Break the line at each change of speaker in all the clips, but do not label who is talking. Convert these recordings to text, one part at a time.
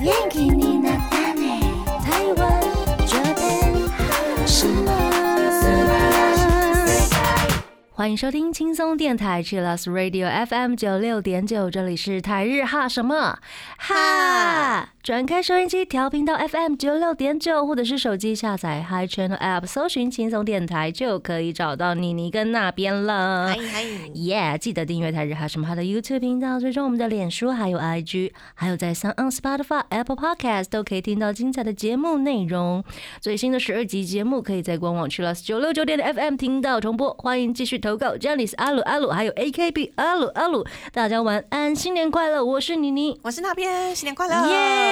元気になったね台湾这边什么？
欢迎收听轻松电台 Chillus Radio FM 九六点九，这里是台日哈什么哈。转开收音机，调频道 FM 九六点九，或者是手机下载 Hi Channel App，搜寻轻松电台就可以找到妮妮跟那边了
嗨。嗨，
耶！记得订阅台日哈什么哈的 YouTube 频道，追踪我们的脸书还有 IG，还有在 s o n Spotify、Apple Podcast 都可以听到精彩的节目内容。最新的十二集节目可以在官网去了九六九点的 FM 听到重播。欢迎继续投稿，这里是阿鲁阿鲁，还有 AKB 阿鲁阿鲁。大家晚安，新年快乐！我是妮妮。
我是那边，新年快乐！
耶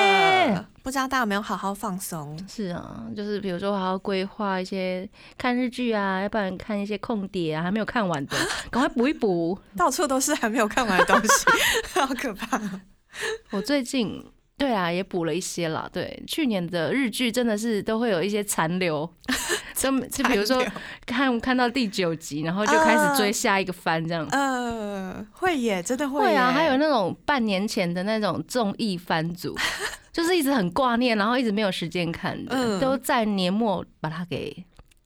不知道大家有没有好好放松？
是啊，就是比如说我还要规划一些看日剧啊，要不然看一些空碟啊，还没有看 完的，赶快补一补。
到处都是还没有看完的东 西，好可怕！
我最近对啊，也补了一些啦。对，去年的日剧真的是都会有一些残留， 就就比如说
残留
看看到第九集，然后就开始追下一个番这样。
呃，会耶，真的会耶。
会啊，还有那种半年前的那种综艺番组， 就是一直很挂念，然后一直没有时间看的，
嗯
都在年末把它给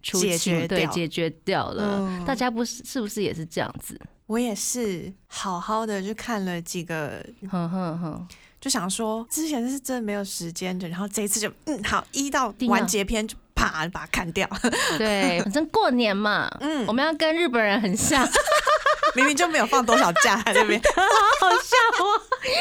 出
解
清
决
对，
掉
解决掉了。
嗯
大家不是是不是也是这样子？
我也是好好的去看了几个，
哼哼 哼，
就想说之前是真的没有时间的，然后这一次就嗯好，一到
定要
完结篇就啪把它砍掉，
对，反正过年嘛，
嗯
我们要跟日本人很像。
明明就没有放多少假在 那边。
好笑哦！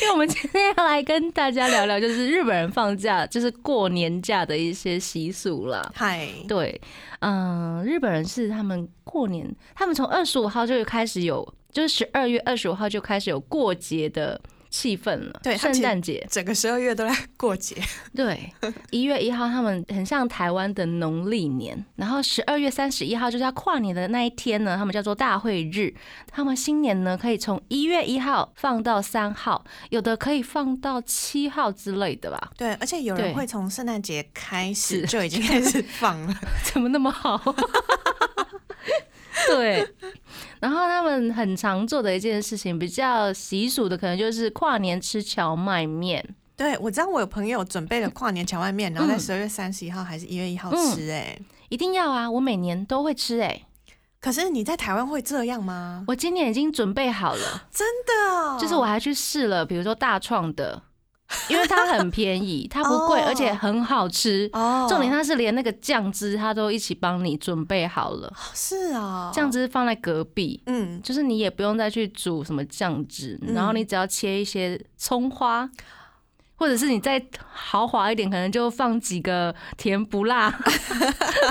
因为我们今天要来跟大家聊聊，就是日本人放假，就是过年假的一些习俗啦。
嗨，
对，嗯、日本人是他们过年，他们从二十五号就开始有，就是十二月二十五号就开始有过节的气氛了。
对
圣
他们其实
诞节。
整个十二月都在过节，
对，一月一号他们很像台湾的农历年，然后十二月三十一号就是要跨年的那一天呢，他们叫做大会日。他们新年呢可以从一月一号放到三号，有的可以放到七号之类的吧？
对，而且有
对
人会从圣诞节开始
是
就已经开始放了。
怎么那么好？对，然后他们很常做的一件事情，比较习俗的，可能就是跨年吃荞麦面。
对，我知道我有朋友准备了跨年荞麦面，然后在
嗯
十二月三十一号还是一月一号
嗯
吃、哎、
一定要啊！我每年都会吃哎、
可是你在台湾会这样吗？
我今年已经准备好了。
真的哦、
就是我还去试了，比如说大创的，因为它很便宜，它不贵，
哦
而且很好吃。
哦，
重点它是连那个酱汁它都一起帮你准备好了，
是啊、
酱汁放在隔壁，
嗯，
就是你也不用再去煮什么酱汁，
嗯
然后你只要切一些葱花。或者是你再豪华一点，可能就放几个甜不 辣、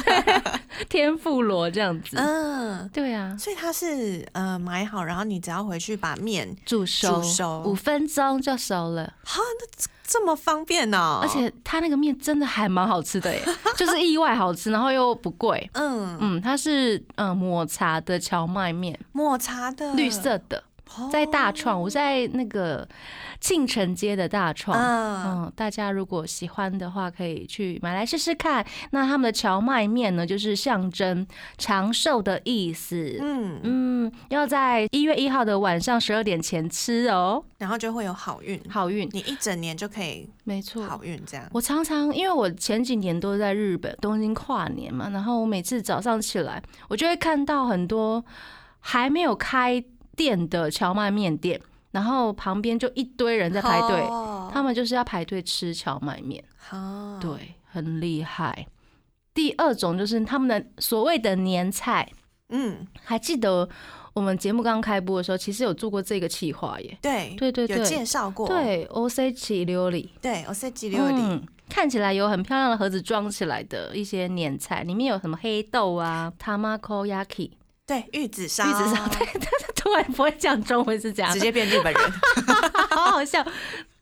天妇罗这样子。
嗯，
对啊，
所以它是呃买好，然后你只要回去把面，
煮熟
煮熟
五分钟就熟了。
这么方便哦、
而且它那个面真的还蛮好吃的耶，就是意外好吃，然后又不贵。
嗯，
嗯，它是嗯抹茶的荞麦面，
抹茶的
绿色的，在大创，我在那个庆城街的大创。
嗯，
嗯，大家如果喜欢的话，可以去买来试试看。那他们的荞麦面呢，就是象征长寿的意思。
嗯嗯，
嗯，要在一月一号的晚上十二点前吃哦，
然后就会有好运，
好运。
你一整年就可以
没错，
好运这样。
我常常因为我前几年都在日本东京跨年嘛，然后我每次早上起来，我就会看到很多还没有开店的荞麦面店，然后旁边就一堆人在排队，
哦
他们就是要排队吃荞麦面，
哦
对，很厉害。第二种就是他们的所谓的年菜，
嗯，
还记得我们节目刚开播的时候，其实有做过这个企划耶，
对
对对
有介
对，
绍过，
对，O C 起琉璃。
对，我设计料理，
嗯，看起来有很漂亮的盒子装起来的一些年菜，里面有什么黑豆啊、tamako yaki，
对，玉子烧，
玉子烧 啊突然不会讲中文是这样
直，接变日本人
好好笑。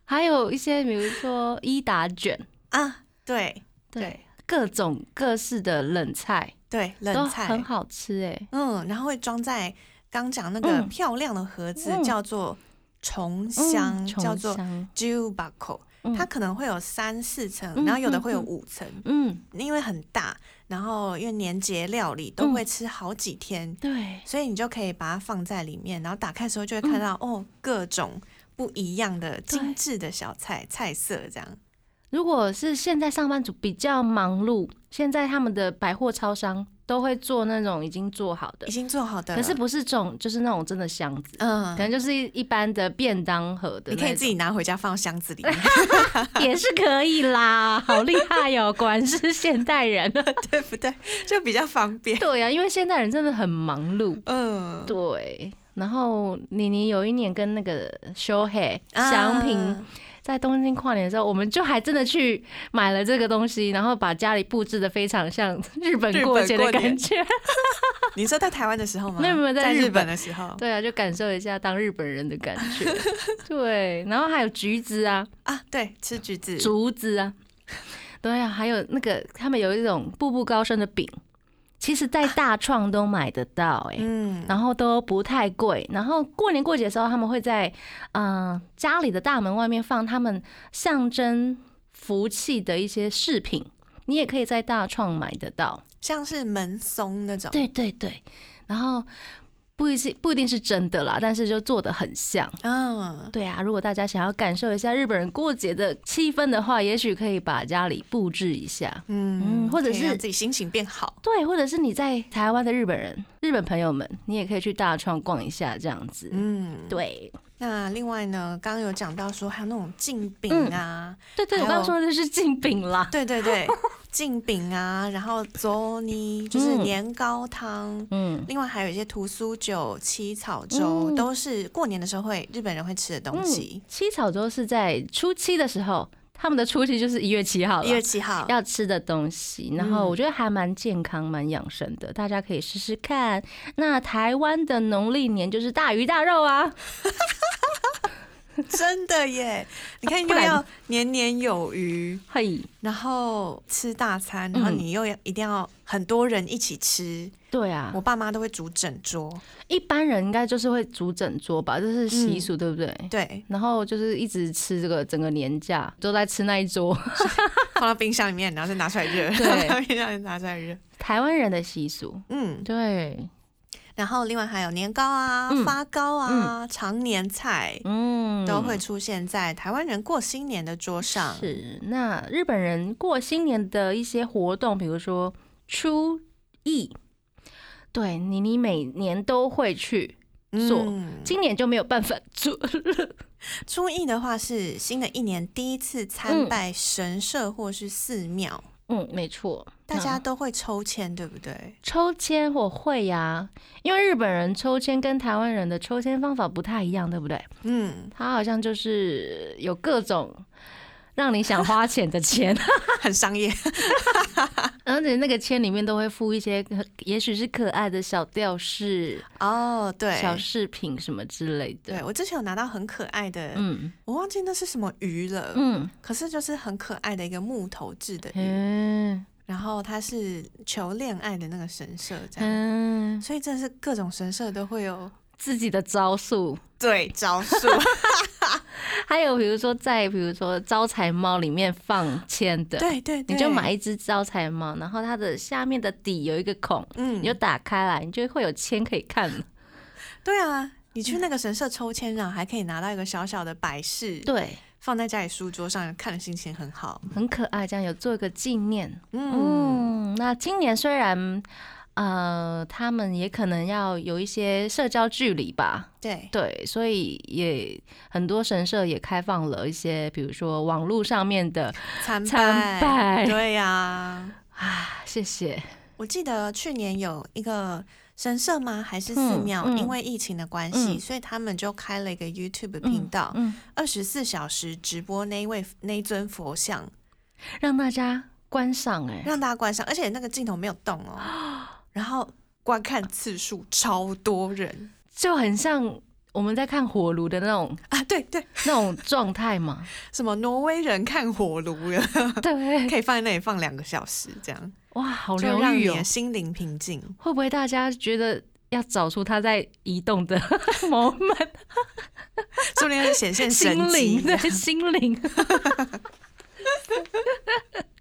还有一些比如说伊达卷，
啊，对
对，各种各式的冷菜
对，
都
冷
很
菜，
好吃哎。
嗯，然后会装在刚讲那个
嗯
漂亮的盒子，
嗯
叫做重
嗯
香，叫
重
做
香
j u b a c o
嗯
它可能会有三四层，
嗯
然后有的
嗯
会有
嗯
五层，
嗯，
因为很大，然后因为年节料理都
嗯
会吃好几天，
对，
所以你就可以把它放在里面，然后打开的时候就会看到、哦，各种不一样的精
嗯对
致的小菜菜色这样。
如果是现在上班族比较忙碌，现在他们的百货超商都会做那种已经做好的
已，经做好的了，
可是不是这种，就是那种真的箱子，可
嗯，
能就是一般的便当盒的那种，
你可以 自己拿回家放箱子里面，
也是可以啦， 好厉害哟、果然是现代 人。
对不对？就比较方便。
对啊呀、因为现代人真的很忙碌。
嗯，
对，然后妮妮有一年跟那个修黑
啊
祥平在东京跨年的时候，我们就还真的去买了这个东西，然后把家里布置的非常 像日本
日本
过节的
过年
感觉。
你说在台湾的时候吗？
没有没有在
在
日
日
本
本的时候
对啊，就感受一下当日本人的感 觉。对，然后还有橘子啊，
啊，对，吃橘子，
竹子啊， 对啊，还有那个他们有一种步步高升的饼，其实在大创都买得到哎、
嗯，
然后都不太贵。然后过年过节的时候，他们会在嗯、呃家里的大门外面放他们象征福气的一些饰品，你也可以在大创买得到。
像是门松那种，
对对对，然后不一定不一定是真的啦，但是就做的很像。
嗯，
对啊，如果大家想要感受一下日本人过节的气氛的话，也许可以把家里布置一下。
嗯
嗯，或者
可以让
是
自己心情变好。
对，或者是你在台湾的日本人、日本朋友们，你也可以去大创逛一下，这样子。
嗯，
对，
那另外呢，刚刚有讲到说还有那种镜饼啊，
对对，
还
我刚
有
刚说的是竞饼 啦。
对 对对，镜饼啊，然后佐泥就是
嗯
年糕汤，
嗯，
另外还有一些屠苏酒、七草粥，
嗯
都是过年的时候会日本人会吃的东西。
七草粥是在初七的时候，他们的初七就是一月七号
一、月
了。
七 嗯号，
要吃的东西，然后我觉得还蛮健康、蛮养生的，大家可以试试看。那台湾的农历年就是大鱼大肉啊，
真的耶！你看
不
又
然
要年年有余，
嘿，
然后吃大餐，然后
嗯
你又要一定要很多人一起吃。
对啊
我，爸妈都会煮整桌，
一般人应该就是会煮整桌吧，这是习俗，对不对？
对，
然后就是一直吃这个整个年假都在吃那一桌，
放到冰箱里面，然后再拿出来热，
对
放到冰箱里拿出来热。
台湾人的习俗。
嗯，
对，
然后另外还有年糕啊、
嗯
发糕啊、常年菜。
嗯，
都会出现在台湾人过新年的桌上，
是。那日本人过新年的一些活动，比如说初一，对，妮妮每年都会去，做
嗯
今年就没有办法做。
初一的话是新的一年第一次参拜神社或是寺庙，
嗯，没错，
大家
那
都会抽签，对不对？
抽签我会呀、因为日本人抽签跟台湾人的抽签方法不太一样，对不对？
嗯，
他好像就是有各种让你想花钱的钱，
很商业。
而且那个签里面都会附一些， 也许是可爱的小吊饰、
哦，对，
小饰品什么之类
对
的。
我之前有拿到很可爱的，
嗯
我忘记那是什么鱼了，
嗯
可是就是很可爱的一个木头制的鱼，
嗯
然后它是求恋爱的那个神社这样，
嗯，
所以真的是各种神社都会有
自己的招数，
对招数，
还有比如说在比如说招财猫里面放签的，
对对对，
你就买一只招财猫，然后它的下面的底有一个孔，
嗯
你就打开来，你就会有签可以看了。
对啊，你去那个神社抽签啊，还可以拿到一个小小的摆饰，
对，
放在家里书桌上，看的心情很好。
很可爱，这样有做一个纪念。
嗯，
嗯，那今年虽然呃，他们也可能要有一些社交距离吧，
对，
对，所以也很多神社也开放了一些，比如说网络上面的
参
参拜
对呀、
啊，谢谢，
我记得去年有一个神社吗？还是寺庙？
嗯嗯
因为疫情的关系，
嗯
所以他们就开了一个 YouTube 频道，
嗯，
二十四小时直播那一位那一尊佛
嗯
像，
让大家观赏哎、
让大家观赏，而且那个镜头没有动 哦，然后观看次数超多人
就很像我们在看火炉的那种
啊！对对，
那种状态嘛，
什么挪威人看火炉 呀？
对，
可以放在那里放两个小时，这样
哇，好
就
疗
让你
愈哦
的。心灵平静。
会不会大家觉得要找出他在移动的 moment
说不定会显现神
心
迹
灵， 对心灵？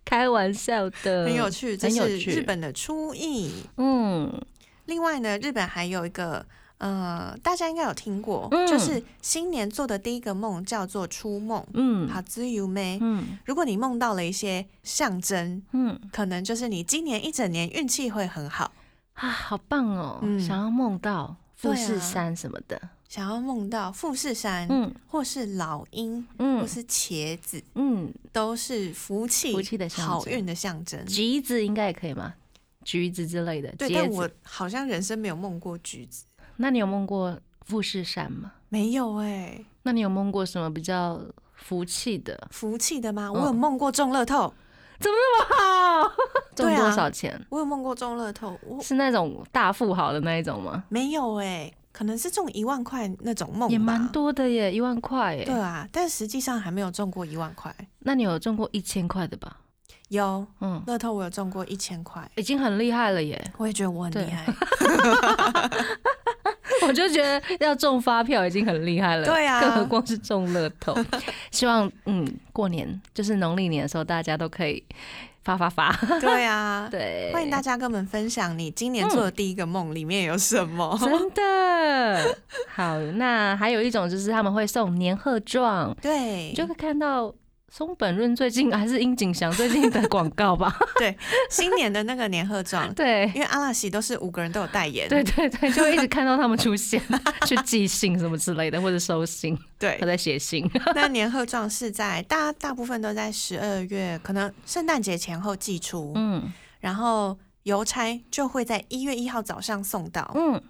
开玩笑的，
很有趣。这
呃很有
是
趣
日本的初意。
嗯，
另外呢，日本还有一个呃，大家应该有听过，
嗯
就是新年做的第一个梦叫做初梦，
嗯
好自由妹。
嗯
如果你梦到了一些象征，
嗯
可能就是你今年一整年运气会很好，
啊，好棒哦！
嗯
想要梦到富
对啊
士山什么的，
想要梦到富士山，
嗯
或是老鹰，或
嗯
是茄子，
嗯，
都是福气、
福气的象征
好运的象征。
橘子应该也可以吗？橘子之类的，
对，
椰
但
子
我好像人生没有梦过橘子，
那你有梦过富士山吗？
没有哎、
那你有梦过什么比较福气的？
福气的吗？
嗯
我有梦过中乐透，
好，
对
中
啊
多少钱？
我有梦过中乐透，我
是那种大富豪的那一种吗？
没有哎、可能是中一万块那种梦吧，
也蛮。多欸的耶，一万块
对
耶。
啊，但实际上还没有中过一万块。
那你有中过一千块的吧？
有
嗯，
乐透，我有中过一千块，
已经很厉害了耶。
我也觉得我很
对
厉害。
我就觉得要中发票已经很厉害了，
对啊
更何况是中乐透。 希望嗯，过年就是农历年的时候，大家都可以发发发。
对啊，
对，
欢迎大家跟我们分享你今年做的第一个梦里面有什么。
嗯真的好。那还有一种就是他们会送年贺状，
对
你，就会看到松本润最近还是樱井翔最近的广告 吧？，
新年的那个年贺状
对。
因为阿拉西都是五个人都有代言，
对对对，就会一直看到他们出现，去寄信什么之类的，或者收信，
对
他在写信。
那年贺状是在大大部分都在十二月，可能圣诞节前后寄出，
嗯
然后邮差就会在一月一号早上送到。
嗯，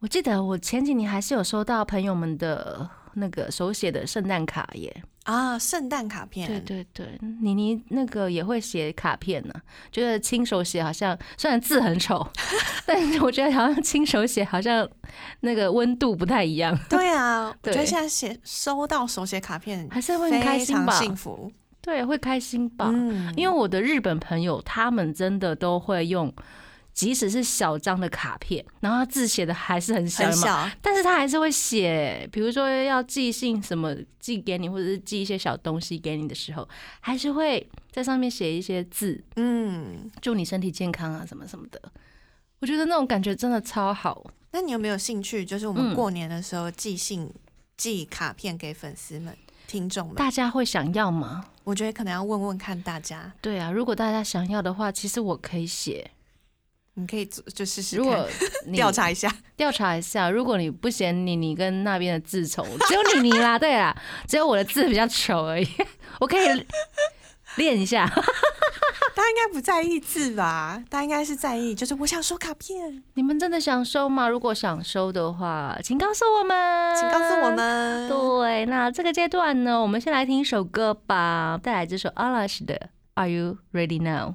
我记得我前几年还是有收到朋友们的那个手写的圣诞卡耶。
啊，圣诞卡片，
对对对，妮妮那个也会写卡片呢、觉得亲手写好像虽然字很丑， 但是我觉得好像亲手写好像那个温度不太一样，
对啊，我
对
觉得现在写收到手写卡片
还是会很开
非
心
常
吧？
幸福，
对，会开心吧？
嗯
因
为
为我的日本朋友他们真的都会用，即使是小张的卡片，然后他字写的还是很小
很
嘛，
小，
但是他还是会写，比如说要寄信什么寄给你，或者是寄一些小东西给你的时候，还是会在上面写一些字，
嗯，
祝你身体健康啊，什么什么的。我觉得那种感觉真的超好，
那你有没有兴趣？就是我们
嗯
过年的时候寄信、寄卡片给粉丝们、听众们，
大家会想要吗？
我觉得可能要问问看大家，
对啊，如果大家想要的话，其实我可以写。
你可以做就试试
如
看
果，你
调查一下。
调查一下，如果你不嫌你你跟那边的字丑，只有你你啦，对啦，只有我的字比较丑而已， 我可以练一下。
大家应该不在意字吧？大家应该是在意，就是我想收卡片，
你们真的想收吗？如果想收的话，请告诉我们，
请告诉我。们。
对，那这个阶段呢，我们先来听一首歌吧，带来这首 Alash 的《Are You Ready Now》。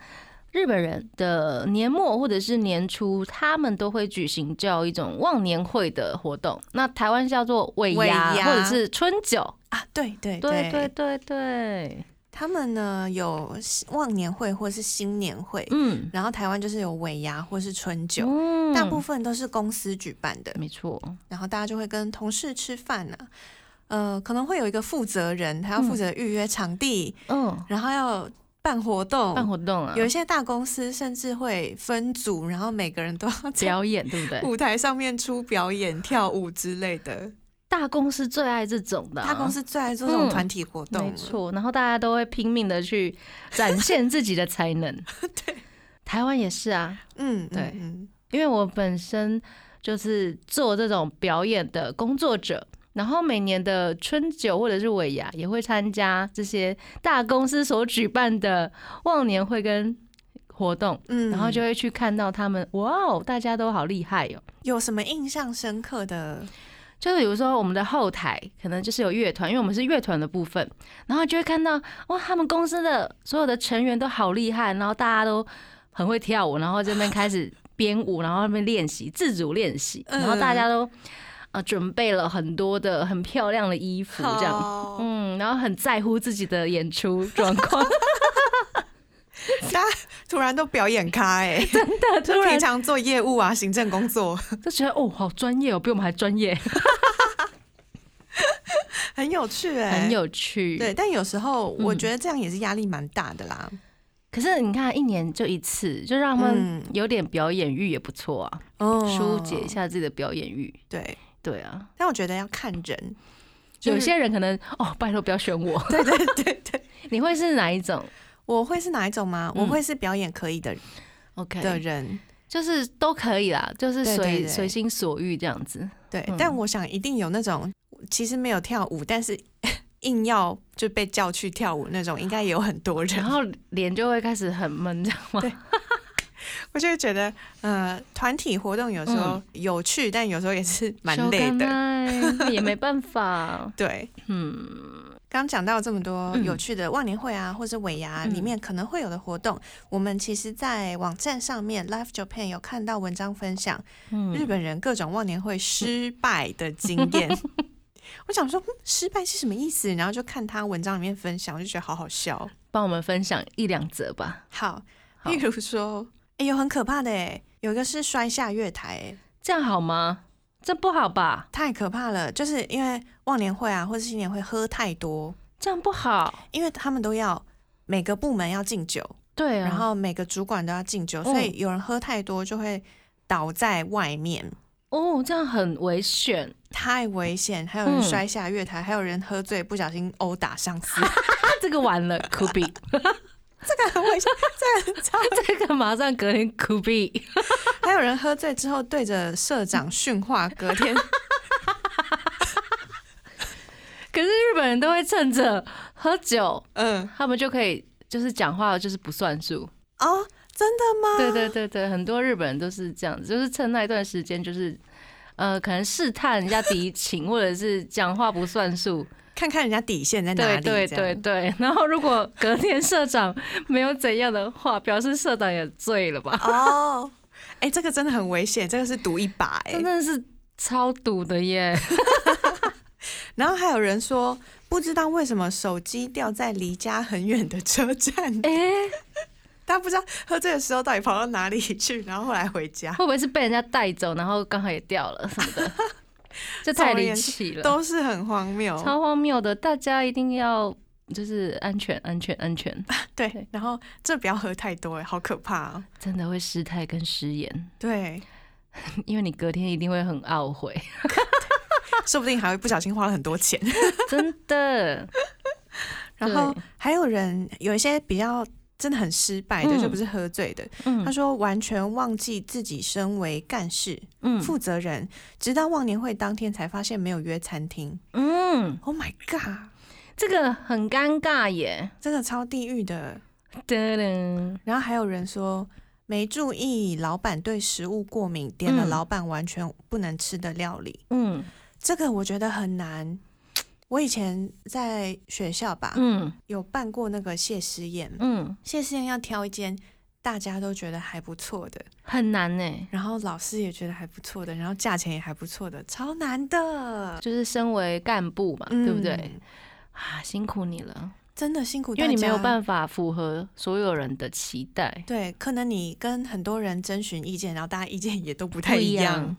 日本人的年末或者是年初，他们都会举行叫一种忘年会的活动。那台湾叫做尾
尾
牙
牙
或者是春酒。
啊，对对
对对对对，
他们呢有忘年会或是新年会，
嗯，
然后台湾就是有尾牙或是春酒，
嗯
大部分都是公司举办的，
没错，
然后大家就会跟同事吃饭呐、呃，可能会有一个负责人，他要
嗯
负责预约场地，
嗯，
然后要办活动。
办活动啊，
有一些大公司甚至会分组，然后每个人都要在
表演对不 对？
舞台上面出表演、跳舞之类的。
大公司最爱这种的啊，嗯
他公司最爱做这种团体活动
没
了，
错，然后大家都会拼命的去展现自己的才 能。对，台湾也是啊，
嗯，嗯
对
嗯
因为我本身就是做这种表演的工作者，然后每年的春酒或者是尾牙也会参加这些大公司所举办的忘年会跟活动，
嗯
然后就会去看到他们，哇哦，大家都好厉害哦。
有什么印象深刻的？
就比如说我们的后台可能就是有乐团，因为我们是乐团的部分，然后就会看到哇，他们公司的所有的成员都好厉害，然后大家都很会跳舞，然后这边开始编舞，然后那边练习自主练习，
嗯
然后大家都呃准备了很多的很漂亮的衣服这样。
好，
嗯，然后很在乎自己的演出状况，
大家突然都表演咖哎、欸，
对，突
就
然
平常做业务啊、行政工作，
就觉得哦，好专业哦，比我们还专业，
很有趣哎、
很。有趣。
对，，但有时候我
嗯
觉得这样也是压力蛮大的啦。
可是你看，一年就一次，就让他们
嗯
有点表演欲也不错啊，
哦
疏解一。下自己的表演欲。
对，
对啊，
但我觉得要看人，就是
有 些人可能哦，拜托不要选我。 对对对对，你会是哪一种
我会是哪一种吗？
嗯
我会是表演可以的的
？OK，
人，
就是都可以啦，就是
对对
随
对
随心所欲这样 子。
对。
嗯
但我想一定有那种其实没有跳舞，但是 硬要就被叫去跳舞那种，应该也有很多人
然。后脸就会开始很闷，这样吗？
对我就会觉得，呃，团体活动有时候
嗯
有趣，但有时候也是蛮累的。
的，也没办法。
对，
嗯，
刚讲到这么多
嗯
有趣的忘年会啊，或者尾牙
嗯
里面可能会有的活动，我们其实，在网站上面 Live Japan 有看到文章分享日
嗯，
本人各种忘年会失败的经验。 我想说、嗯失败是什么意思？然后就看他文章里面分享，我就觉得好好笑。哦
帮我们分享一两则吧。
好，
好
例如说，哎、有很可怕的哎，有一个是摔下月台哎。
这样好吗？这不好吧？
太可怕了，就是因为忘年会啊，或者新年会喝太多，
这样不好。
因为他们都要每个部门要敬酒，
对啊，嗯
然后每个主管都要敬酒，所以有人喝太多就会倒在外面，
哦，这样很危险。
太危险。还有
嗯
人摔下月台，还有人喝醉不小心殴打上 司，
啊，这个完了，酷比，
很危险。
这个马上隔天酷比。
还有人喝醉之后对着社长训话，隔 天
可是日本人都会趁着喝酒，
嗯
他们就可以就是讲话就是不算数。
哦，真的吗？
对对对对，很多日本人都是这样子，就是趁那一段时间，就是呃，可能试探一下敌情，或者是讲话不算数。
看看人家底线在哪
对
里，
对
这样
对对。然后如果隔天社长没有怎样的话，表示社长也醉了吧？
哦，哎、这个真的很危险，这个是赌一把哎、
真的是超赌的耶！
然后还有人说，不知道为什么手机掉在离家很远的车站，
哎、
大家不知道喝醉的时候到底跑到哪里去，然后后来回 家，
会不会是被人家带走，然后刚好也掉了什么 的？这太离奇了，
都是很荒谬。
啊超荒谬的！大家一定要就是安全、安全、安全，
对，然后这不要喝太多，哎，好可怕、哦。
真的会失态跟失言。
对，
因为你隔天一定会很懊悔，
说不定还会不小心花了很多钱。
真的。
然后
对
还有人有一些比较真的很失败的，
嗯
就不是喝醉的，
嗯
他说完全忘记自己身为干事
嗯
负责人，直到忘年会当天才发现没有约餐厅。
嗯，
Oh my god，
这个很尴尬耶。
真的超地狱的。
噔噔，
然后还有人说没注意老板对食物过敏，点了
嗯
老板完全不能吃的料理，
嗯
这个我觉得很难。我以前在学校吧，
嗯
有办过那个谢师宴，
嗯，
谢师宴要挑一间大家都觉得还不错的，
很难呢。
然后老师也觉得还不错的，然后价钱也还不错的，超难的，
就是身为干部嘛，对不对？
嗯？
啊，辛苦你了，
真的辛苦大
因为
家，
你没有办
法。
法符合所有人的期待，
对，可能你跟很多人征询意见，然后大家意见也都不太
不一
样
样。。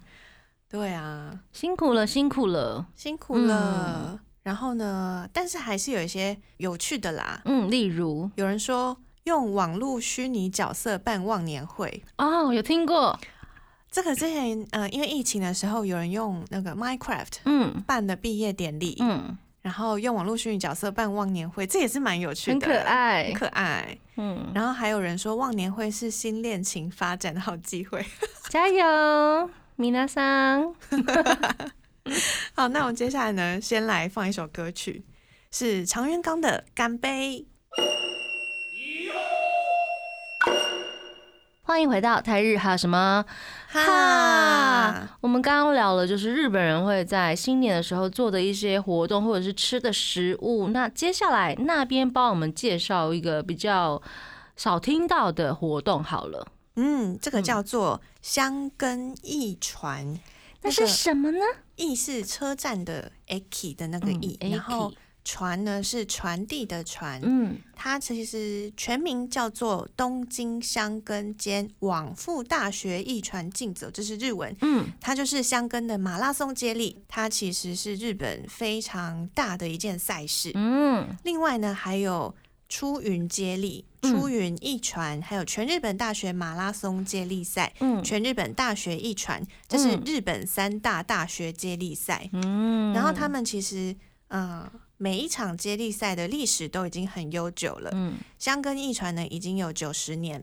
对啊，
辛苦了，辛苦了。
辛苦
嗯
了。然后呢，但是还是有一些有趣的啦。
嗯，例如
有人说用网络虚拟角色办忘年会，
哦，有听过，
这个之前呃，因为疫情的时候，有人用那个 Minecraft
嗯
办的毕业典礼，
嗯，
然后用网络虚拟角色办忘年会，这也是蛮有趣的，
很可，爱
很，可爱。
嗯，
然后还有人说忘年会是新恋情发展的好机会。
加油，米娜桑，
好，那我们接下来呢，先来放一首歌曲，是常元刚的《干杯》。
欢迎回到台日哈什么？
哈，
我们刚刚聊了，就是日本人会在新年的时候做的一些活动，或者是吃的食物。那接下来那边帮我们介绍一个比较少听到的活动好了，
嗯，这个叫做香根驿船，
那
那
是
个
什么呢？
驿是车站的 aki 的那个驿，
嗯
然后
Aki
传呢是传递的传，
嗯，
它其实全名叫做东京香根间往复大学一传竞走，这是日文。
嗯，
它就是香根的马拉松接力，它其实是日本非常大的一件赛事。
嗯，
另外呢，还有出云接力、
嗯
出云一传，还有全日本大学马拉松接力赛、
嗯，
全日本大学一传，这是
嗯
日本三大大学接力赛。
嗯，
然后他，们其实，嗯、每一场接力赛的历史都已经很悠久了。
嗯，
香根一传呢，已经有九十年。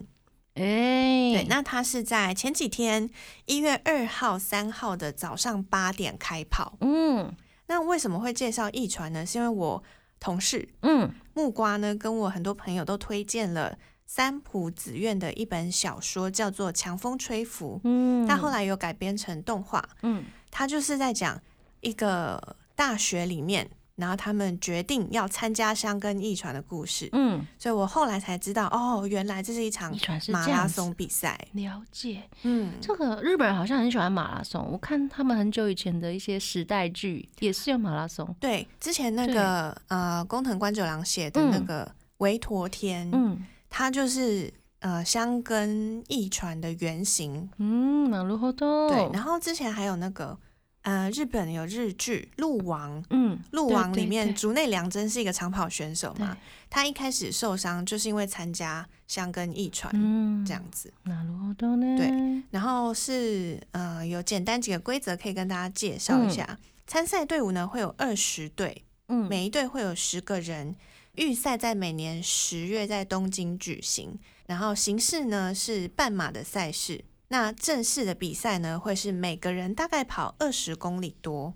哎、
对，那它是在前几天一月二号、三号的早上八点开跑。
嗯
那为什么会介绍一传呢？是因为我同事
嗯
木瓜呢，跟我很多朋友都推荐了三浦子苑的一本小说，叫做《强风吹拂》，
嗯，
它后来有改编成动画。
嗯
他就是在讲一个大学里面，然后他们决定要参加香根一传的故事。
嗯，
所以我后来才知道，哦，原来这是一场
一传是
马
这
拉
样子
松比赛。
了解。
嗯，
这个日本人好像很喜欢马拉松，我看他们很久以前的一些时代剧也是有马拉松。
对，之前那个呃工藤官九郎写的那个《维陀天》，
嗯
它就是呃香根一传的原型。
嗯，なるほど。
对，然后之前还有那个呃日本有日剧《鹿王》。
嗯，
《鹿
对
王》里面，
对对
竹内良真是一个长跑选手嘛
对，
他一开始受伤就是因为参加香根一传、
嗯，
这，样子，
なるほどね。
对，然后是呃有简单几个规则可以跟大家介绍一下。参赛队伍呢会有二十队，
嗯，
每一队会有十个人。预赛在每年十月在东京举行，然后形式呢是半马的赛事。那正式的比赛呢会是每个人大概跑二十公里多，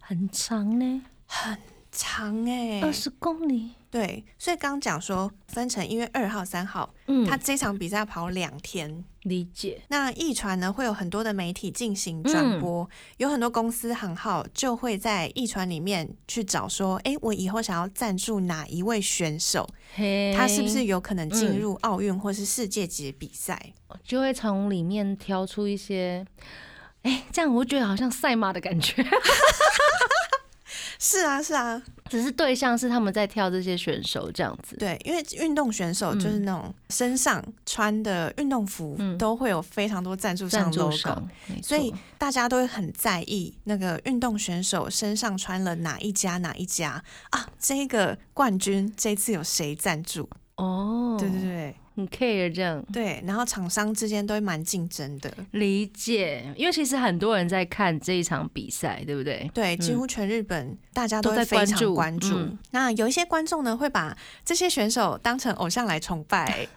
很长呢，
长哎、
二十公里。
对，所以刚刚讲说分成一月二号、三号，
嗯，
他这场比赛跑两天。
理解。
那一传呢会有很多的媒体进行
嗯
转播，有很多公司行号就会在一传里面去找说，哎，我以后想要赞助哪一位选手，
嘿，
他是不是有可能
嗯
进入奥运或是世界级比赛？
就会从里面挑出一些？哎，这样我觉得好像赛马的感 觉，
是啊，是啊，
只是对象是他们在挑这些选手这样子。
对，因为运动选手就是那种身上穿的运动服
嗯
都会有非常多赞助商
赞助
logo，
商，没
所以
错
大家都会很在意那个运动选手身上穿了哪一家哪一家啊，这个冠军这次有谁赞助？
哦，
对对，对
很 care 这样。
对，然后厂商之间都会蛮竞争的。
理解，因为其实很多人在看这一场比赛，对不对？
对，几乎全日本大家都
嗯都
会
在
非常
关
关
注
注。
嗯
那有一些观众呢，会把这些选手当成偶像来崇 拜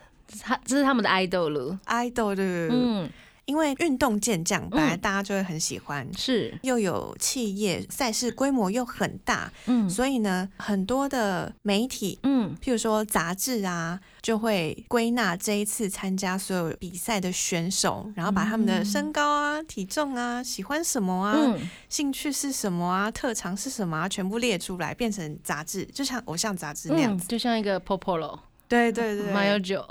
他这是他们的 idol 了。
，idol 的，
嗯，
因为运动健将本来大家就会很喜欢，
是，
又有企业赛事规模又很大，
嗯
所以呢，很多的媒体
嗯，
譬如说杂志啊，就会归纳这一次参加所有比赛的选手，然后把他们的身高啊、体重啊、喜欢什么啊、
嗯，
兴趣是什么啊、特长是什么啊，全部列出来，变成杂志，就像偶像杂志那样
嗯，
子。
就像一个 popolo
对对对，
马友九，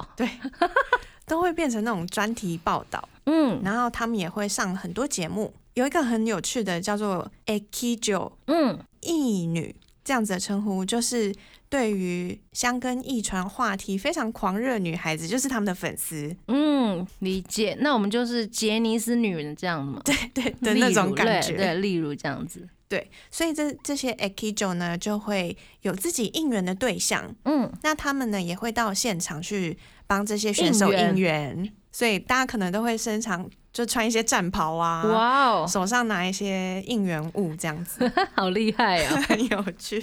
都会变成那种专题报道，
嗯
然后他们也会上很多节目。有一个很有趣的叫做 “akijo”
嗯
艺女这样子的称呼，就是对于香根艺传话题非常狂热的女孩子，就是他们的粉丝。
嗯，理解。那我们就是杰尼斯女人这样嘛，对
对的那种感觉。
对，例如这样子，
对所以这这些 Akijo 呢，就会有自己应援的对象，
嗯，
那他们呢也会到现场去帮这些选手
应援
应援，所以大家可能都会身上就穿一些战袍啊。
哇哦，
手上拿一些应援物，这样子
好厉害 哦！
很有趣。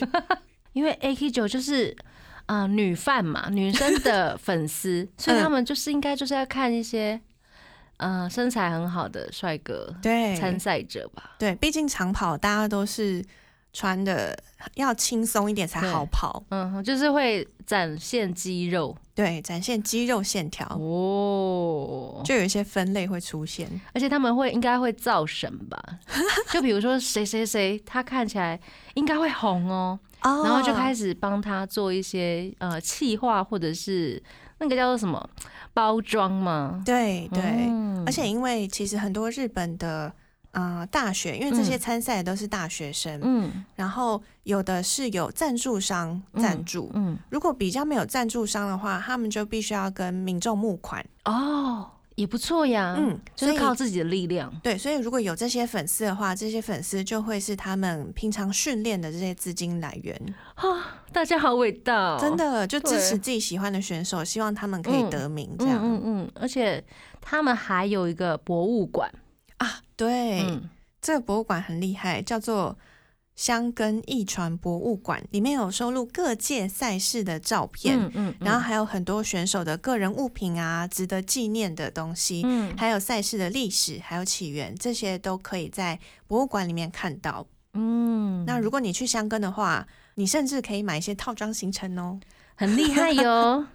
因为 A K 九就是啊、呃女饭嘛，女生的粉
嗯
丝，所以他们就是应该就是要看一些呃身材很好的帅哥
对
参赛者吧。
对，毕竟长跑大家都是穿的要轻松一点才好
对
跑，
嗯哼，就是会展现肌肉
对，展现肌肉线条，
哦，
就有一些分类会出现。
而且他们会应该会造神 吧？就比如说谁谁谁，他看起来应该会红哦，
哦
然后就开始帮他做一些呃气化或者是那个叫做什么包装嘛？
哦对对，
嗯
而且因为其实很多日本的呃大学，因为这些
嗯
参赛的都是大学生，
嗯
然后有的是有赞助商赞助。
嗯，
如果比较没有赞助商的话，他们就必须要跟民众募款。
哦，也不错呀，
嗯，
就
所
是
以
靠自己的力量，
对，所以如果有这些粉丝的话，这些粉丝就会是他们平常训练的这些资金来源。
大家好伟大、哦，
啊真，的就支
对
持自己喜欢的选手，希望他们可以
嗯
得名这
嗯
样、
嗯嗯，而且他们还有一个博物馆，
啊。对，
嗯，
这个博物馆很厉害，叫做香根艺传博物馆，里面有收录各界赛事的照片，
嗯嗯，
然后还有很多选手的个人物品啊，值得纪念的东西。
嗯
还有赛事的历史，还有起源，这些都可以在博物馆里面看到。
嗯，
那如果你去香根的话，你甚至可以买一些套装行程哦，
嗯很厉害哟，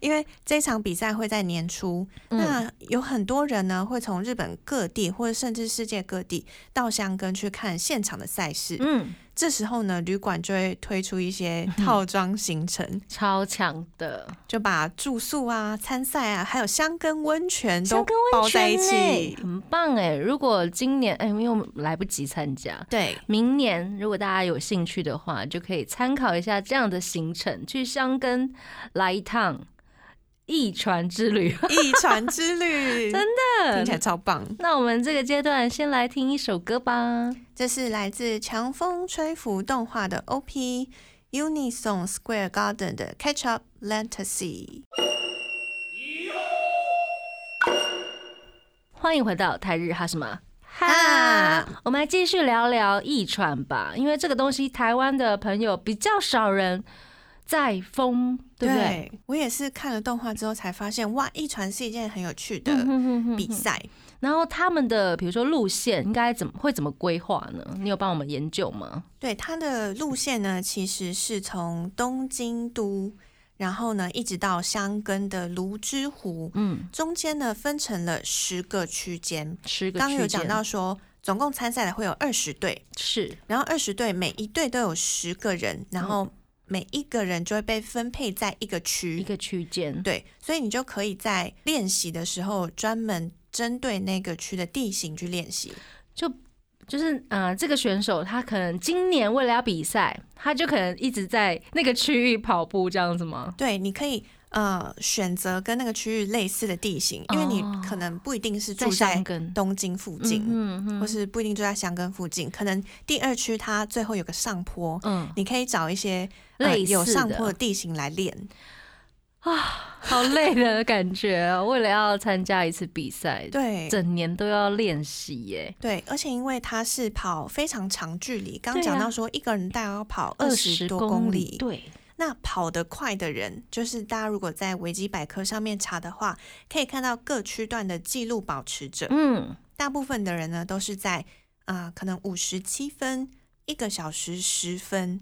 因为这场比赛会在年初。
嗯
那有很多人呢会从日本各地或者甚至世界各地到香根去看现场的赛事。
嗯，
这时候呢，旅馆就会推出一些套装行程，
超强的，
就把住宿啊、参赛啊，还有香根温泉
香
都
根
包
温
在一
泉呢
起。
很棒哎！如果今年哎，因为我们来不及参加，
对，
明年如果大家有兴趣的话，就可以参考一下这样的行程，去香根来一趟一船之 旅。
一船 之旅，真的听起来超棒。
那我们这个阶段先来听一首歌吧。
这是来自强风吹拂动画的 OP Unison Square Garden 的 Catch Up Fantasy。
欢迎回到台日哈什么？哈
哈，
我们来继续聊聊一传吧，因为这个东西台湾的朋友比较少人在封，对不对？
我也是看了动画之后才发现，哇，一传是一件很有趣的
嗯哼哼哼
比赛。
然后他们的比如说路线应该怎么会怎么规划呢？你有帮我们研究吗？
对，它的路线呢，其实是从东京都，然后呢，一直到香根的芦之湖，
嗯，
中间呢分成了十个区间。
十个
刚刚有
区
讲
间
到说，总共参赛的会有二十队，
是，
然后二十队每一队都有十个人，
嗯
然后每一个人就会被分配在一个
一
区。
个区间，
对，所以你就可以在练习的时候专门针对那个区的地形去练习。
就是呃，这个选手他可能今年为了要比赛，他就可能一直在那个区域跑步这样子吗？
对，你可以呃选择跟那个区域类似的地形，因为你
哦
可能不一定是
在
住
香
在
根，
东京附近，
嗯嗯
或是不一定住在香根附近，可能第二区它最后有个上坡，
嗯，
你可以找一些、呃
类似
有上坡的
的，
地形来练。
好累的感觉哦。为了要参加一次比赛，
对，
整年都要练习耶，
对，而且因为他是跑非常长距离，刚
对
讲
啊
到说一个人大概要跑二
二
十
十
多
公
里，
对，
那跑得快的人，就是大家如果在维基百科上面查的话，可以看到各区段的记录保持者，
嗯，
大部分的人呢都是在啊、呃可能五十七分、一个小时十分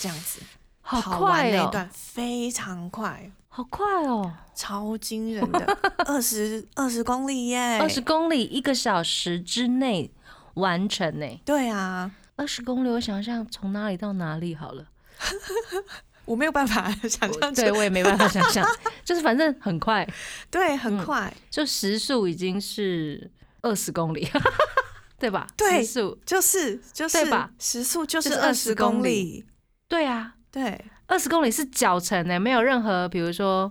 这样子
好
跑完
快
那一
哦，
段，非常快。
好快哦，
超惊人 的，二十二十公里耶！
二十公里一个小时之内完成呢。
对啊，
二十公里，我想象从哪里到哪里好了。
我没有办法 想象出
对，我也没办法想象，就是反正很快，
对，很
嗯
快，
就时速已经是二十公里，对吧？
对
时速，
就是就是
对吧
时速就
就是是
二
20
十
公
公
里
里，
对啊，
对
二十公里是脚程呢，没有任何比如说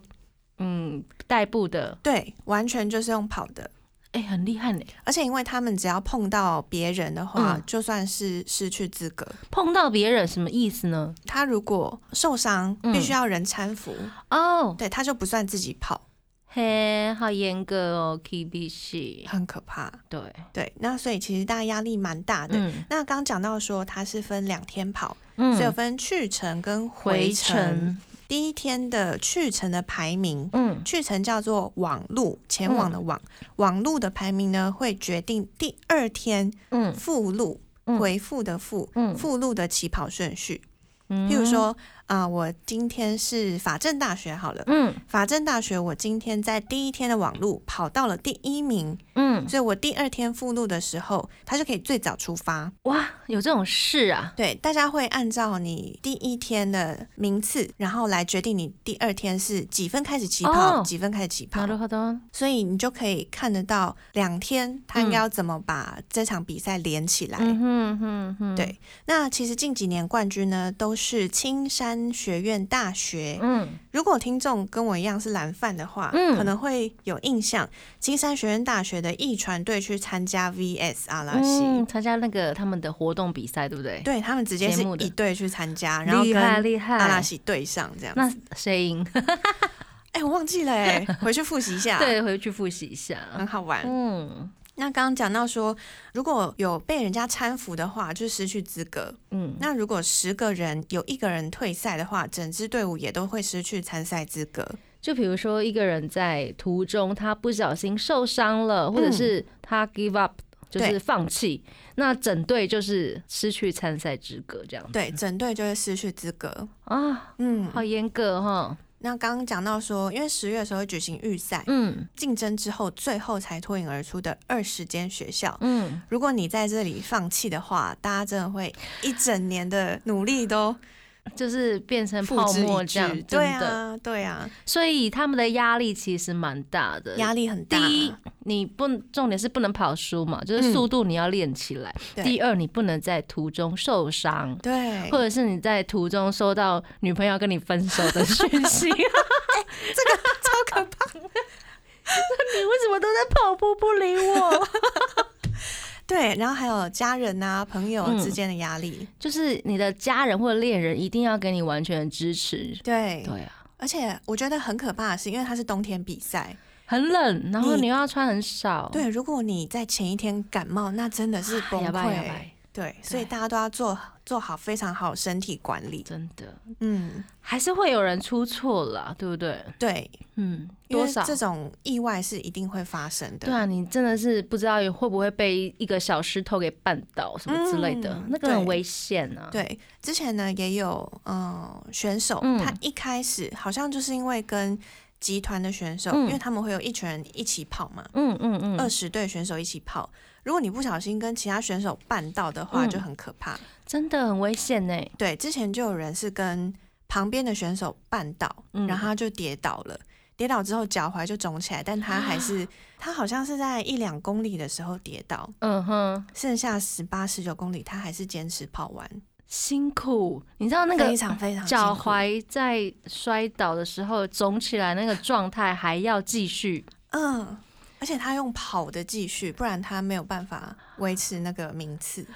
嗯代步的，
对，完全就是用跑的。
哎、很厉害呢。
而且因为他们只要碰到别人的话，
嗯
就算是失去资格。
碰到别人什么意思呢？
他如果受伤，
嗯
必须要人搀扶，
哦，
对，他就不算自己跑，
嘿，好严格哦，K B C，
很可怕。
对，
对，那所以其实大家压力蛮大的。
嗯
那刚讲到说它是分两天跑，
嗯
所以有分去程跟回程。，第一天的去程的排名，
嗯
去程叫做网路，前往的网，网路的排名呢会决定第二天
嗯
附路
嗯
回复的复
嗯
附路的起跑顺序。
嗯
譬如，说，啊、我今天是法政大学好了，
嗯
法政大学我今天在第一天的网路跑到了第一名，
嗯，
所以我第二天附录的时候，它就可以最早出发。
哇，有这种事啊？
对，大家会按照你第一天的名次，然后来决定你第二天是几分开始起跑，
哦
几分开始起跑
な。るほど。
所以你就可以看得到两天他应该要怎么把这场比赛连起来。
嗯哼哼哼，
对那其实近几年冠军呢都是青山学院大学。
嗯
如果听众跟我一样是蓝饭的话，
嗯
可能会有印象，青山学院大学的艺传队去参加 VS 阿拉西。
嗯，参加那个他们的活动比赛，对不对？，
对他们直接是
节目的
一队去参加，然后
厉
跟
害
阿
厉害
拉西对上这样。
那谁赢？
哎、我忘记了哎、回去复习一下，，
对，回去复习一下。
很好玩。
嗯
那刚刚讲到说，如果有被人家搀扶的话，就失去资格。
嗯，
那如果十个人有一个人退赛的话，整支队伍也都会失去参赛资格。
就比如说一个人在途中他不小心受伤了，或者是他 give up。就是
嗯对
放弃，那整队就是失去参赛资格这样子
对，整队就会失去资格。
啊，
嗯，
好严格哈。
那刚刚讲到说，因为十月的时候会举行预赛，
嗯
竞争之后最后才脱颖而出的二十间学校，
嗯，
如果你在这里放弃的话，大家真的会一整年的努力都
就是变成
付
泡
之
沫
一
这样，
炬。
真
对
的。
啊，对啊，
所以他们的压力其实蛮大的，
压力很大。
呃第一，你不重点是不能跑输嘛，就是
嗯
速度你要练起来。
对
第二，你不能在途中受伤，
对，
或者是你在途中收到女朋友跟你分手的讯 息。你
哎超可怕。
为什么都在跑步不理 我？
对，然后还有家人啊、朋友
嗯
之间的压力。
就是你的家人或者恋人一定要给你完全的支持。
对，
对啊，
而且我觉得很可怕的是，因为它是冬天比赛。
很冷，然后
你
你又要穿很少。哎
对，如果你在前一天感冒，那真的是崩
呀吧呀吧
溃。，对，所以大家都要做做好非常好身体管理。
真的
嗯，
还是会有人出错啦，对不对？
对，
嗯，
因
多
为
少？
这种意外是一定会发生的。
对啊，你真的是不知道会不会被一个小石头给绊倒什么之类的，
嗯
那个很
对
危险啊。，
对，之前呢也有嗯、呃选手，
嗯
他一开始好像就是因为跟集团的选手，
嗯
因为他们会有一群人一起跑嘛，
嗯嗯
二
嗯，
十队选手一起跑，如果你不小心跟其他选手绊到的话，
嗯
就很可怕。
真的很危险呢、
对，之前就有人是跟旁边的选手绊倒，
嗯
然后他就跌倒了。跌倒之后脚踝就肿起来，但他还
啊
是、他好像是在一两公里的时候跌倒，
嗯哼，
剩下十八十九公里他还是坚持跑完，
辛苦。你知道那个
非常非常辛
脚
苦
踝在摔倒的时候肿起来那个状态，还要继续。
嗯，而且他用跑的继续，不然他没有办法维持那个名次，
嗯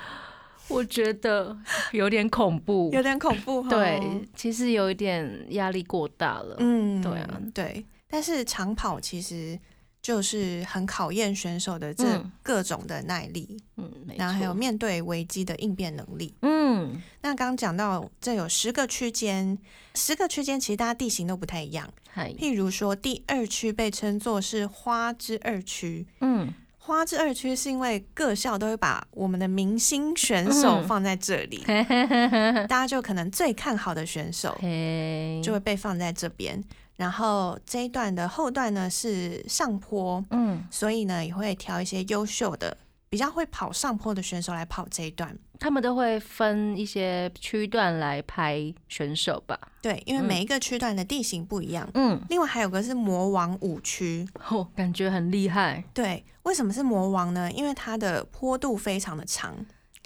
我觉得 有点恐怖。
有点恐怖、哦。
对，，其实有一点压力过大了。
嗯，
对啊
对。但是长跑其实就是很考验选手的这
嗯
各种的耐力，
嗯，没
然后还有
错。
面对危机的应变能力。
嗯，
那刚刚讲到这有十个区间，十个区间其实大家地形都不太一样。
嗨，
譬如说，第二区被称作是花之二区，
嗯，
花之二区是因为各校都会把我们的明星选手
嗯
放在这 里，大家就可能最看好的选手
嘿，
就会被放在这边。然后这一段的后段呢是上坡，
嗯，
所以呢也会挑一些优秀的、比较会跑上坡的选手来跑这一段。
他们都会分一些区段来排选手吧？
对，因为
嗯
每一个区段的地形不一样。
嗯，
另外还有个是魔王五区，
哦，感觉很厉害。
对，为什么是魔王呢？因为它的坡度非常的长，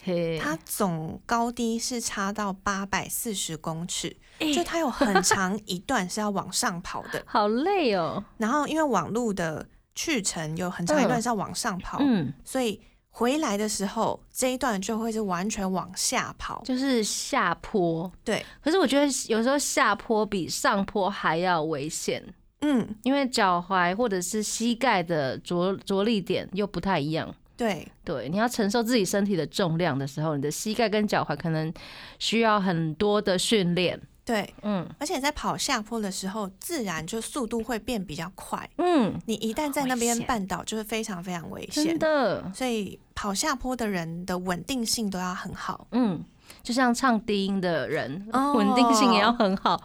嘿，
它总高低是差到八百四十公 尺，
欸。
就它有很长一段是要往上跑的
好累哦。
然后因为网路的去程有很长一段
嗯
是要往上跑，
嗯，
所以回来的时候这一段就会是完全往下跑。
就是下坡。
对，
可是我觉得有时候下坡比上坡还要危险，
嗯，
因为脚踝或者是膝盖的着着力点又不太一样。
对
对，你要承受自己身体的重量的时候，你的膝盖跟脚踝可能需要很多的训练。
对，
嗯
而且在跑下坡的时候，自然就速度会变比较快。
嗯，
你一旦在那边
危险
绊倒，就是非常非常危
真
险。
的。
所以跑下坡的人的稳定性都要很好。
嗯，就像唱低音的人，
哦
稳定性也要很好，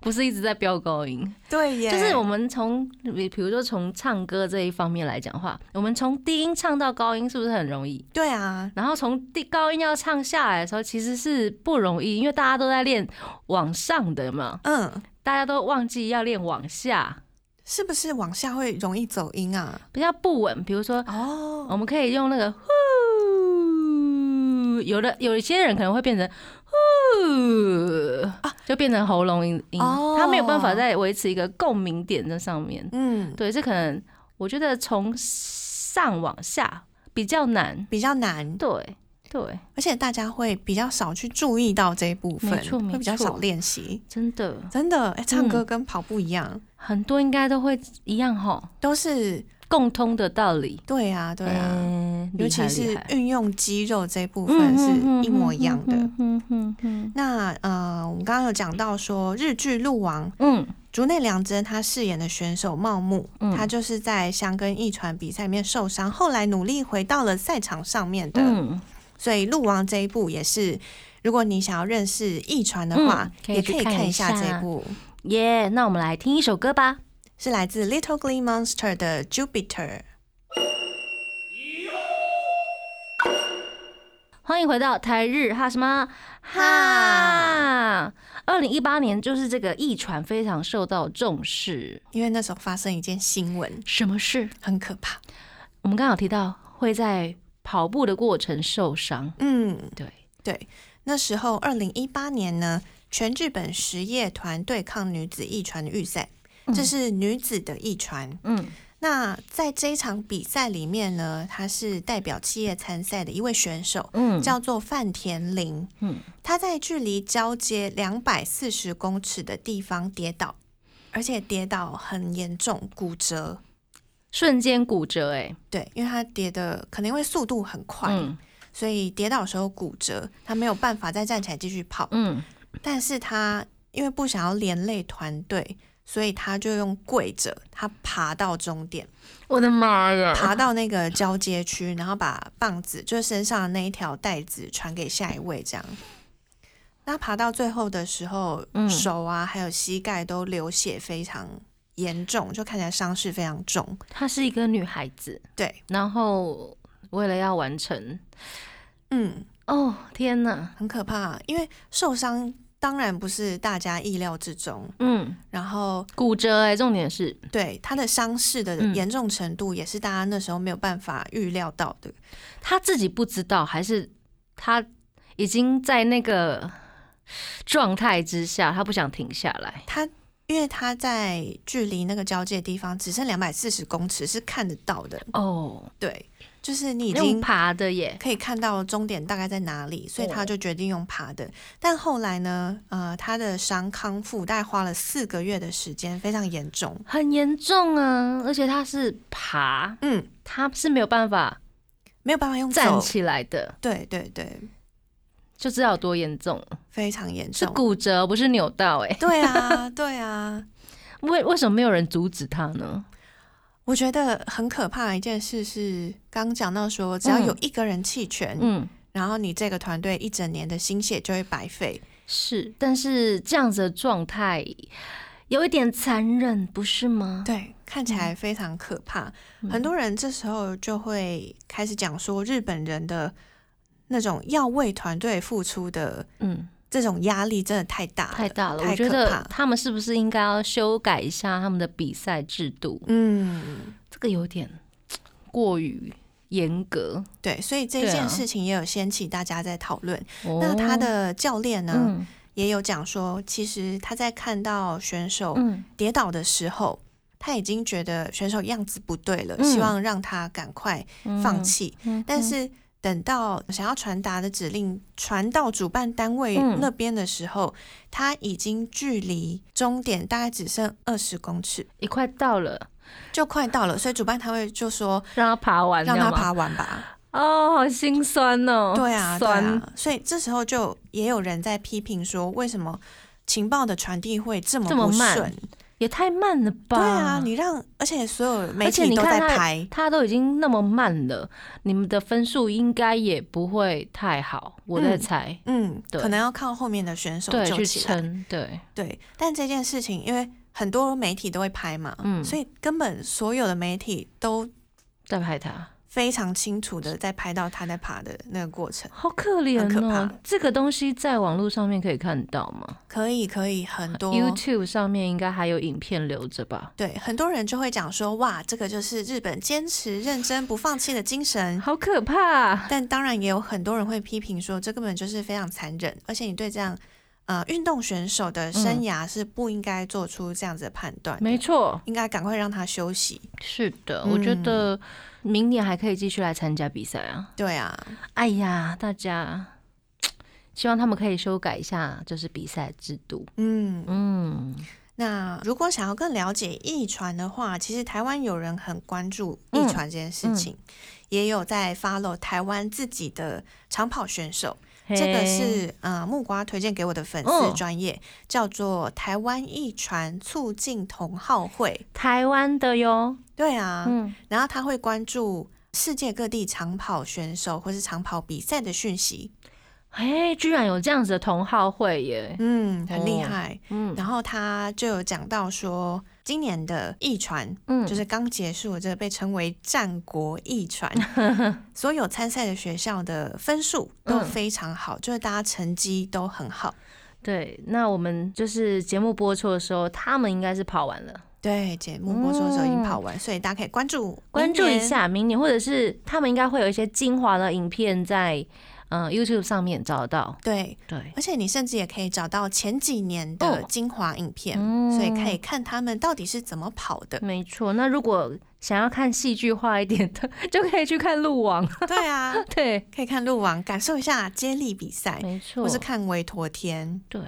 不是一直在飙高音。
对耶，
就是我们从比比如说从唱歌这一方面来讲话，我们从低音唱到高音是不是很容易？
对啊，
然后从低高音要唱下来的时候，其实是不容易，因为大家都在练往上的嘛，
嗯，
大家都忘记要练往下，
是不是往下会容易走音啊？
比较不稳。比如说，
哦，
我们可以用那个呼，有的有一些人可能会变成呼，就变成喉咙音音，
哦
他没有办法再维持一个共鸣点在上面。
嗯，
对，这可能我觉得从上往下比较难。
比较难，
对对，
而且大家会比较少去注意到这一部分
没错，没
会比较
错
少练习。
真的
真的，哎、唱歌
嗯
跟跑步一样，
很多应该都会一样吼，
都是
共通的道理。
对啊，对啊。
嗯，
尤
厉害
其是
厉害
运用肌肉这部
嗯
分是
嗯嗯
一模一样的。
嗯嗯嗯嗯
那呃，我们刚刚有讲到说日剧《鹿王》，
嗯
竹内良真他饰演的选手茂木，
嗯
他就是在箱根一传比赛里面受伤，后来努力回到了赛场上面的。
嗯，
所以《鹿王》这一部也是，如果你想要认识一传的话
嗯，可以
也可以
去看
看
一
一下
下
这一部，
耶！那我们来听一首歌吧。
是来自 Little Glee Monster 的《Jupiter》。
欢迎回到台日哈什么哈
哈？
二零一八年就是这个译传非常受到重视。
因为那时候发生一件新闻，
什么事？
很可怕。
我们刚好提到会在跑步的过程受伤。
嗯，
对
对，那时候二零一八年呢，全日本实业团对抗女子一传预赛，这是女子的一传。
嗯
那在这一场比赛里面呢，她是代表企业参赛的一位选手，
嗯
叫做范田玲。
嗯，
她在距离交接两百四十公尺的地方跌倒，而且跌倒很严重，骨折。
瞬间骨折哎、
对，因为她跌的可能因为速度很快，
嗯
所以跌倒的时候骨折，她没有办法再站起来继续跑。
嗯
但是她因为不想要连累团队，所以她就用跪着，她爬到终点。
我的妈呀
爬到那个交接区，然后把棒子，就是身上的那一条带子传给下一位，这样。那爬到最后的时候，
嗯
手啊还有膝盖都流血非常严重，就看起来伤势非常重。
她是一个女孩子，
对，
然后为了要完成，
嗯，
哦天哪，
很可怕，啊因为受伤当然不是大家意料之中，
嗯，
然后
骨折哎、重点是
对他的伤势的
嗯
严重程度也是大家那时候没有办法预料到的。
她自己不知道，还是她已经在那个状态之下，她不想停下来，
他因为他在距离那个交界地方只剩两百四十公尺，是看得到的。
哦，
对，就是你已
用
经
爬的耶，
可以看到终点大概在哪里，所以
哦
他就决定用爬的。但后来呢，呃，他的伤康复大概花了四个月的时间，非常严重。
很严重啊，而且她是爬，
嗯，
她是没有办法
没有办法用
站
走。
起来的，
对对对，
就知道有多严重，
非常严
是
重。
骨折不是扭到哎、
对啊，对啊，
为为什么没有人阻止她呢？
我觉得很可怕的一件事是，刚讲到说，只要有一个人弃权，
嗯。
然后你这个团队一整年的心血就会白费。
是，但是这样子的状态有一点残忍，不是吗？
对，看起
嗯
来非常可怕。很多人这时候就会开始讲说，日本人的那种要为团队付出的
嗯，
这种压力真的太大了，
太大了，我
太
觉
可
得
怕。
他们是不是应该要修改一下他们的比赛制度？
嗯，
这个有点过于严格。
对，所以这
对啊
件事情也有掀起大家在讨论。
那
那他的教练呢，
哦嗯
也有讲说，其实他在看到选手
嗯
跌倒的时候，他已经觉得选手样子不对了，
嗯
希望让他赶快
嗯
放，弃。
嗯
但是等到想要传达的指令传到主办单位
嗯
那边的时候，他已经距离终点大概只剩二十公尺，
也快到了，
就快到了，所以主办单位就说
让他爬完，
让
这
他
样吗
爬完吧。
哦，好心酸哦。
对啊，对
酸，
啊，所以这时候就也有人在批评说，为什么情报的传递会这么
这么
不
慢
顺？
也太慢了吧？
对啊，你让而且所有媒
而且
体
你
都在
看
拍
他，，他都已经那么慢了，你们的分数应该也不会太好，我在
嗯
猜。
嗯，
对
可能要靠后面的选手
对，
救
去
起来。
撑，对，
对，但这件事情因为很多媒体都会拍嘛，
嗯
所以根本所有的媒体都
再拍他，
非常清楚的在拍到他在爬的那个过程。
好可怜
很可怕
哦。这个东西在网络上面可以看到吗
可以，可以，很多
？YouTube 上面应该还有影片留着吧？
对很多人就会讲说，哇，这个就是日本坚持、认真、不放弃的精神。
好可怕、
但当然也有很多人会批评说，这根本就是非常残忍，而且你对这样呃运动选手的生涯是不应该做出这样子的判断的，
嗯没错，
应该赶快让他休息。
是的，我觉
嗯
得明年还可以继续来参加比赛啊。
对啊，
哎呀，大家希望他们可以修改一下，就是比赛制度。
嗯，
嗯，
那如果想要更了解遗传的话，其实台湾有人很关注遗
嗯
传这件事情，也有在 follow 台湾自己的长跑选手。这个
嘿
是呃木瓜推荐给我的粉丝
嗯
专业，叫做台湾遗传促进同好会。
台湾的哟。
对啊，
嗯，
然后他会关注世界各地长跑选手或是长跑比赛的讯息，
哎，居然有这样子的同好会耶。
嗯，很厉
哦
害。
嗯
然后他就有讲到说，今年的遗传
嗯，
就是刚结束的这个被称为战国 一传，所有参赛的学校的分数都
嗯
非常好，就是大家成绩都很好。
对。那我们就是节目播出的时候，他们应该是跑完了。
对，节目播出的时候已经跑完，所以大家可以关注
哦关注一
明年。
下明年，或者是他们应该会有一些精华的影片在嗯、呃 YouTube 上面找到。
对，
对，
而且你甚至也可以找到前几年的
哦
精华影片，
嗯。
所以可以看他们到底是怎么跑的
没错。那如果想要看戏剧化一点的， 就可以去看路网。
对啊，
对，
可以看鹿王，感受一下接力比赛，
没错，
或是看韦陀天。
对，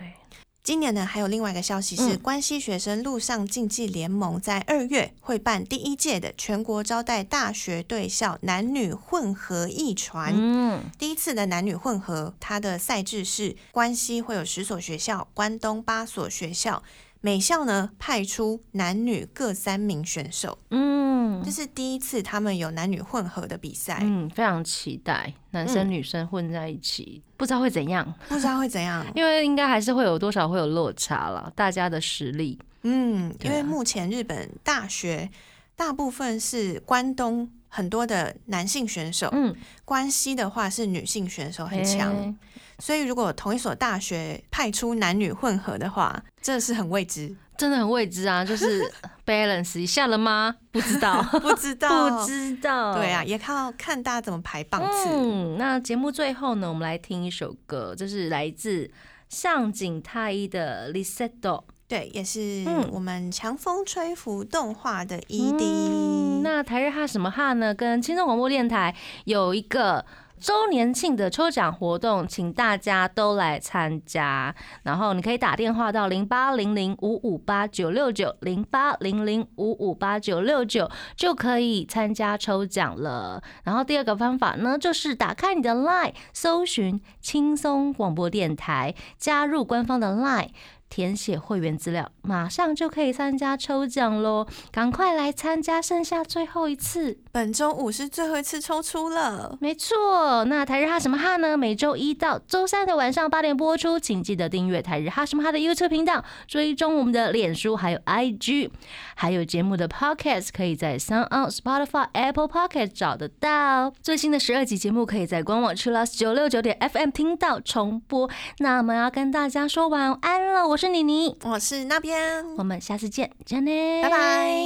今年呢，还有另外一个消息是，
嗯
关西学生陆上竞技联盟在二月会办第一届的全国招待大学对校男女混合艺传。
嗯，
第一次的男女混合，它的赛制是关西会有十所学校，关东八所学校，每校呢派出男女各三名选手。
嗯
这。是第一次他们有男女混合的比赛，
嗯，非常期待男生
嗯
女生混在一起，不知道会怎样，
不知道会怎样。
因为应该还是会有多少会有落差了，大家的实力。
嗯，因
对
为
啊
目前日本大学大部分是关东很多的男性选手，
嗯，
关西的话是女性选手很强，
诶
所以如果同一所大学派出男女混合的话，这是很 未知，
真的很未知啊，就是 balance 一下了吗？不知道，
不知道，
不知道，
对啊，。也靠看大家怎么排榜次。
嗯，那节目最后呢，我们来听一首歌，这是来自上井太一的《Lisetto》。
对，也是
嗯
我们强风吹拂动画的 E ED。
嗯那台日哈什么哈呢？跟轻松广播电台有一个。周年庆的抽奖活动，请大家都来参加。然后你可以打电话到零八零零五五八九六九零八零零五五八九六九就可以参加抽奖了。然后第二个方法呢，就是打开你的 LINE，搜寻轻松广播电台，加入官方的 LINE，填写会员资料，马上就可以参加抽奖喽！赶快来参加，剩下最后一次。
本周五是最后一次抽出了，
没错，那台日哈什么哈呢？每周一到周三的晚上八点播出，请记得订阅台日哈什么哈的 YouTube 频道，追踪我们的脸书还有 IG，还有节目的 Podcast 可以在 s o u n d Spotify、Apple Podcast 找得到。最新的十二集节目可以在官网 c h i l l s 九六九点 FM 听到重播。那我们要跟大家说晚安了，我是妮妮，
我是那边，
我们下次见，再见，
拜拜。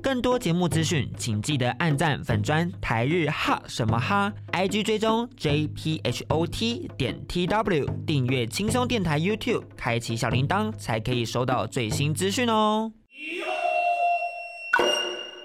更多节目资讯，请记得按赞粉砖台日哈什么哈，IG 追踪 JPHOT 点 TW，订阅轻松电台 YouTube，开启小铃铛才可以收到最新资讯哦。